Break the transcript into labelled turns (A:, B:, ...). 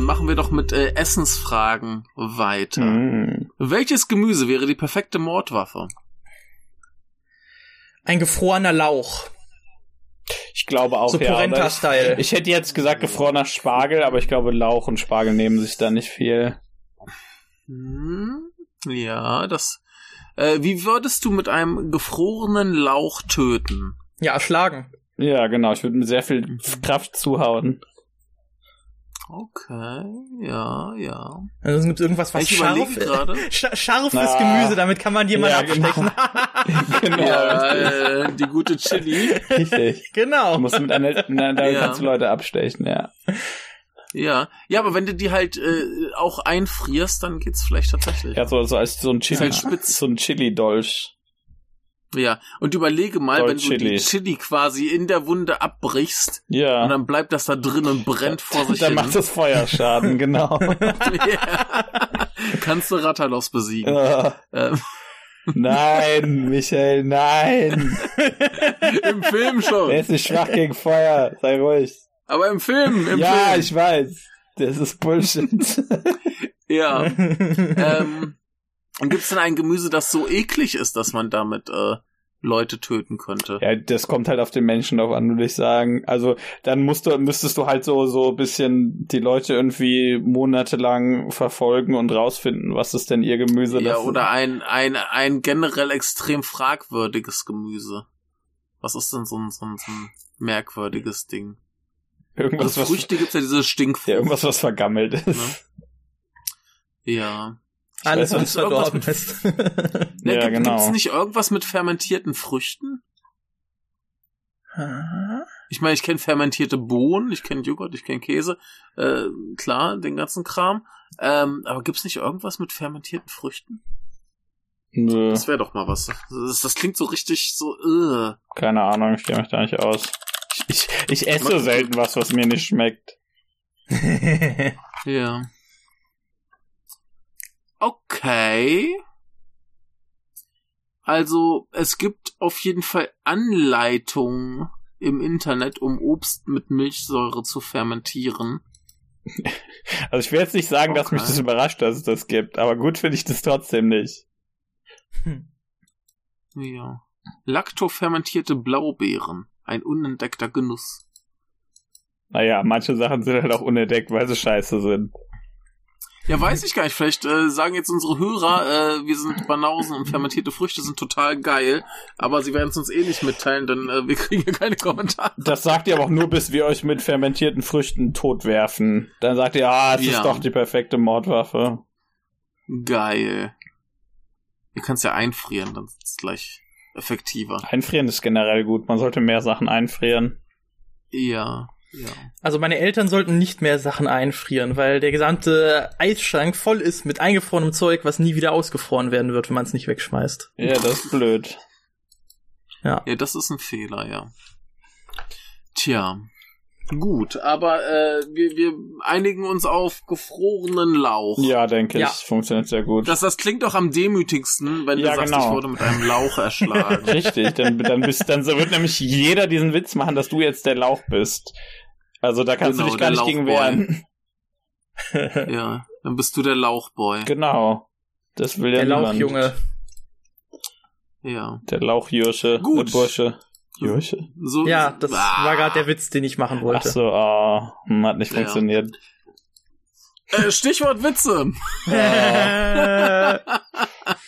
A: machen wir doch mit äh, Essensfragen weiter. Hm.
B: Mm.
A: Welches Gemüse wäre die perfekte Mordwaffe?
C: Ein gefrorener Lauch.
B: Ich glaube auch,
C: So
B: ja. oder?
C: Polenta-Style.
B: Ich, ich hätte jetzt gesagt gefrorener Spargel, aber ich glaube, Lauch und Spargel nehmen sich da nicht viel.
A: Hm, ja, das. Äh, wie würdest du mit einem gefrorenen Lauch töten?
C: Ja, erschlagen.
B: Ja, genau. Ich würde mit sehr viel Kraft zuhauen.
A: Okay, ja, ja.
C: Ansonsten gibt es irgendwas, was
A: ich
C: scharf
A: überlege gerade.
C: Sch scharfes
B: Na.
C: Gemüse, damit kann man jemanden
B: Ja,
C: abstechen.
B: genau.
A: Ja, äh, die gute Chili.
B: Richtig.
C: Genau.
B: Du musst mit einer, na, damit
A: Ja.
B: kannst du Leute abstechen, ja.
A: Ja. Ja, aber wenn du die halt äh, auch einfrierst, dann geht's vielleicht tatsächlich.
B: Ja, so, so als so ein Chili,
A: halt spitz.
B: so ein Chili-Dolch.
A: Ja, und überlege mal,
B: Soll
A: wenn du
B: Chili.
A: die Chili quasi in der Wunde abbrichst
B: Ja.
A: und dann bleibt das da drin und brennt vor sich hin.
B: Dann macht das Feuerschaden, genau.
A: ja. Kannst du Rattalos besiegen.
B: Äh,
A: Ähm,
B: nein, Michael, nein.
A: Im Film
B: Er
A: schon.
B: ist nicht schwach gegen Feuer. Sei ruhig.
A: Aber im Film, im
B: ja,
A: Film.
B: ich weiß. Das ist Bullshit.
A: ja. Ähm, und gibt's denn ein Gemüse, das so eklig ist, dass man damit äh, Leute töten könnte?
B: ja, das kommt halt auf den Menschen drauf an, würde ich sagen. Also, dann musst du, müsstest du halt so, so ein bisschen die Leute irgendwie monatelang verfolgen und rausfinden, was ist denn ihr Gemüse.
A: ja,
B: das-
A: oder ein, ein, ein generell extrem fragwürdiges Gemüse. Was ist denn so ein, so ein, so ein merkwürdiges Ding?
B: irgendwas,
A: Also
B: was,
A: Früchte gibt's ja diese Stinkfrucht.
B: ja, irgendwas, was vergammelt ist.
A: Ne? Ja.
C: Alles,
B: weiß
C: was
A: nicht, irgendwas
C: verdorben ist.
A: Ne,
B: Ja,
A: gibt,
B: genau.
A: Gibt's nicht irgendwas mit fermentierten Früchten? Ich meine, ich kenne fermentierte Bohnen, ich kenne Joghurt, ich kenne Käse, äh, klar, den ganzen Kram. Ähm, aber gibt's nicht irgendwas mit fermentierten Früchten?
B: Nö,
A: Das wäre doch mal was. Das, das klingt so richtig so. Äh.
B: keine Ahnung, ich kenne mich da nicht aus. Ich, ich esse
A: Man-
B: selten was, was mir nicht schmeckt.
A: Ja. Okay. Also, es gibt auf jeden Fall Anleitungen im Internet, um Obst mit Milchsäure zu fermentieren.
B: Also ich will jetzt nicht sagen, dass
A: Okay.
B: mich das überrascht, dass es das gibt, aber gut finde ich das trotzdem nicht.
A: Ja. Laktofermentierte Blaubeeren. Ein unentdeckter Genuss.
B: Naja, manche Sachen sind halt auch unentdeckt, weil sie scheiße sind.
A: Ja, weiß ich gar nicht. Vielleicht äh, sagen jetzt unsere Hörer, äh, wir sind Banausen und fermentierte Früchte sind total geil, aber sie werden es uns eh nicht mitteilen, denn äh, wir kriegen ja keine Kommentare.
B: Das sagt ihr aber auch nur, bis wir euch mit fermentierten Früchten totwerfen. Dann sagt ihr, ah, es
A: Ja.
B: ist doch die perfekte Mordwaffe.
A: Geil. Ihr könnt's ja einfrieren, dann ist es gleich effektiver.
B: Einfrieren ist generell gut. Man sollte mehr Sachen einfrieren.
A: Ja, ja.
C: Also meine Eltern sollten nicht mehr Sachen einfrieren, weil der gesamte Eisschrank voll ist mit eingefrorenem Zeug, was nie wieder ausgefroren werden wird, wenn man es nicht wegschmeißt.
B: Ja, das ist blöd.
C: Ja.
A: Ja, das ist ein Fehler, ja. Tja. Gut, aber äh, wir, wir einigen uns auf gefrorenen Lauch.
B: Ja, denke
C: Ja.
B: ich. Funktioniert sehr gut.
A: Das, das klingt doch am demütigsten, wenn
B: Ja,
A: du sagst,
B: genau.
A: ich wurde mit einem Lauch erschlagen.
B: Richtig, dann, dann, bist, dann wird nämlich jeder diesen Witz machen, dass du jetzt der Lauch bist. Also da kannst
A: Genau,
B: du dich gar
A: der
B: nicht gegen
A: Lauchboy.
B: wehren.
A: ja, dann bist du der Lauchboy.
B: Genau. Das will ja
C: Der
B: niemand.
C: Lauchjunge.
A: Ja.
B: Der Lauchjursche.
A: Gut.
B: Der Bursche. Jursche?
A: So,
C: Ja, das
A: Ah.
C: war gerade der Witz, den ich machen
B: Ach
C: wollte.
B: so, ah, hm, hat nicht
A: Ja.
B: funktioniert.
A: Äh, Stichwort Witze.
B: Ah.